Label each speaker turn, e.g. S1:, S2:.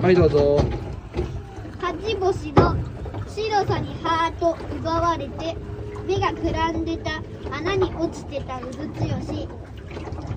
S1: はいどうぞ
S2: 勝ち星の白さにハート奪われて目がくらんでた穴に落ちてたうずつよし